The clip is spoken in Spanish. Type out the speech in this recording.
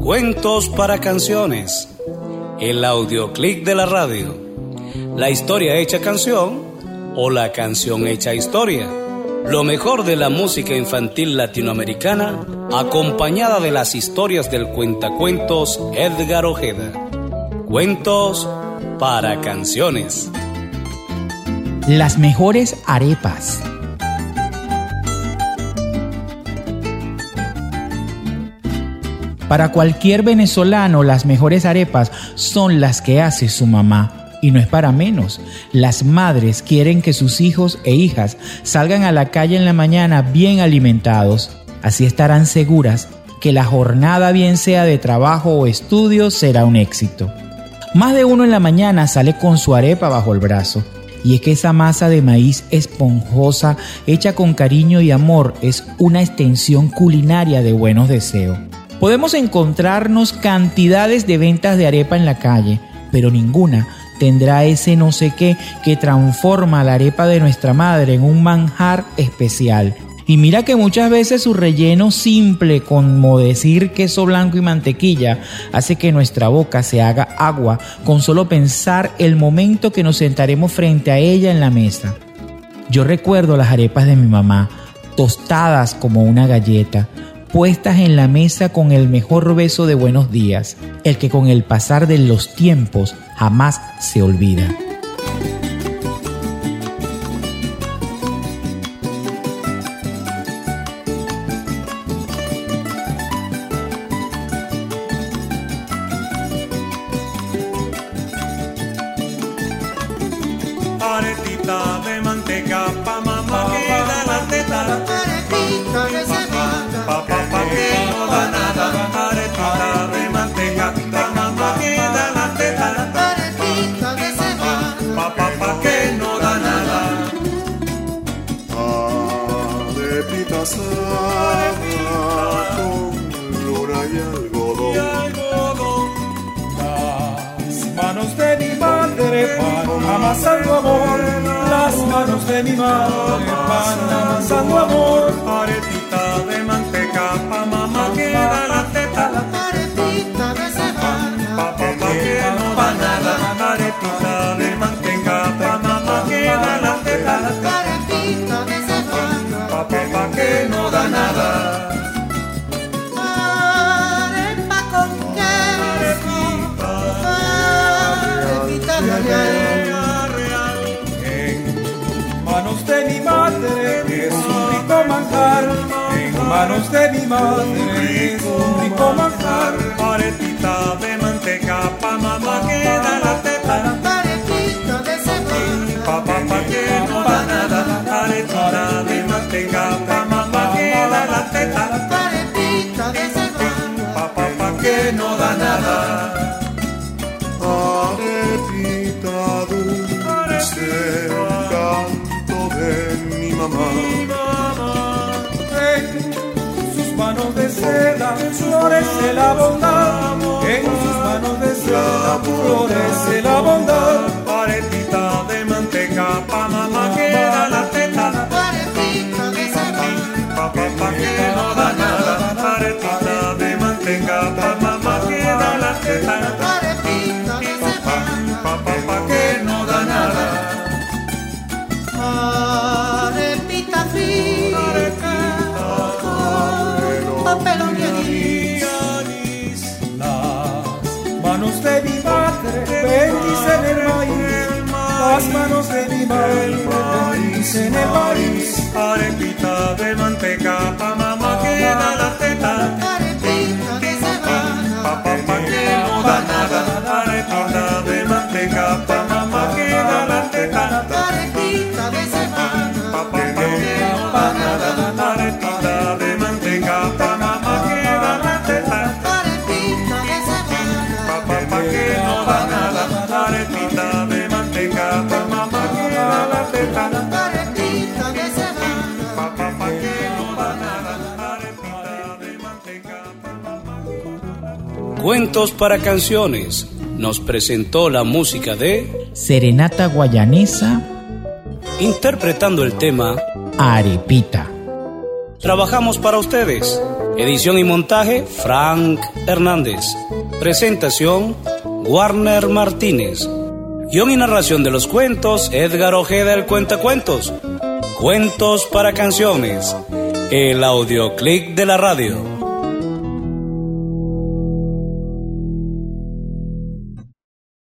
Cuentos para canciones. El audioclick de la radio. La historia hecha canción o la canción hecha historia. Lo mejor de la música infantil latinoamericana acompañada de las historias del cuentacuentos Edgar Ojeda. Cuentos para canciones. Las mejores arepas. Para cualquier venezolano, las mejores arepas son las que hace su mamá. Y no es para menos. Las madres quieren que sus hijos e hijas salgan a la calle en la mañana bien alimentados. Así estarán seguras que la jornada, bien sea de trabajo o estudio, será un éxito. Más de uno en la mañana sale con su arepa bajo el brazo. Y es que esa masa de maíz esponjosa, hecha con cariño y amor, es una extensión culinaria de buenos deseos. Podemos encontrarnos cantidades de ventas de arepa en la calle, pero ninguna tendrá ese no sé qué que transforma la arepa de nuestra madre en un manjar especial. Y mira que muchas veces su relleno simple, como decir queso blanco y mantequilla, hace que nuestra boca se haga agua con solo pensar el momento que nos sentaremos frente a ella en la mesa. Yo recuerdo las arepas de mi mamá, tostadas como una galleta, puestas en la mesa con el mejor beso de buenos días, el que con el pasar de los tiempos jamás se olvida. Aretita de manteca pa mamá que da la teta. Aretita que se pica. Pa papá que no da nada. Aretita de manteca pa mamá que da la teta. Aretita que se va. Pa papá que no da nada. Arepita asada con luna y Y algodón. algodón Las manos de mi madre van amasando amor. Las manos de mi madre van amasando amor. Aretita de manteca pa mamá que da la teta. Aretita que se va. Pa papá que no da nada. Aretita de manteca pa mamá que da la teta. Aretita que se va. Pa papá que no da nada. Arepa con queso. Arepita real. En manos de mi madre es un rico manjar. En manos de mi madre es un rico manjar. Aretita de manteca pa mamá que da la teta, Aretita que se va. pa papá que no da nada. Aretita de manteca pa mamá que da la teta, Aretita que se va. pa papá que no da nada. Arepita dulce, canto de mi mamá. En sus manos de seda florece la bondad. En sus manos de seda florece la bondad. Aretita de manteca pa mamá que da la teta, Aretita que se va. pa papá que no da nada. Aretita de manteca pa mamá que da la teta. Aretita que se va. Pa, pa, pa, que no da nada. Arepita fría con papelón y anís. Las manos de mi madre bendicen el maíz. Las manos de mi madre bendicen el maíz. Arepita de manteca, pa mamá que da la teta. Arepita que se va, Pa, pa, pa, que no da nada. Arepita de manteca, pa mamá que da la teta. arepita que se va, Pa, pa, pa, que no da nada. Arepita de manteca, pa mamá que da la teta. arepita que se va, Pa, pa, pa, que no da nada. Arepita de manteca, pa mamá que da la teta. arepita que se va. Pa, pa, pa, que no da nada. Arepita de manteca, pa, pa, pa. Cuentos para canciones. Nos presentó la música de Serenata guayanesa, interpretando el tema arepita. Trabajamos para ustedes. Edición y montaje, Frank Hernández. Presentación, Warner Martínez. Guión y narración de los cuentos, Edgar Ojeda, el Cuentacuentos. Cuentos para canciones. El audioclick de la radio.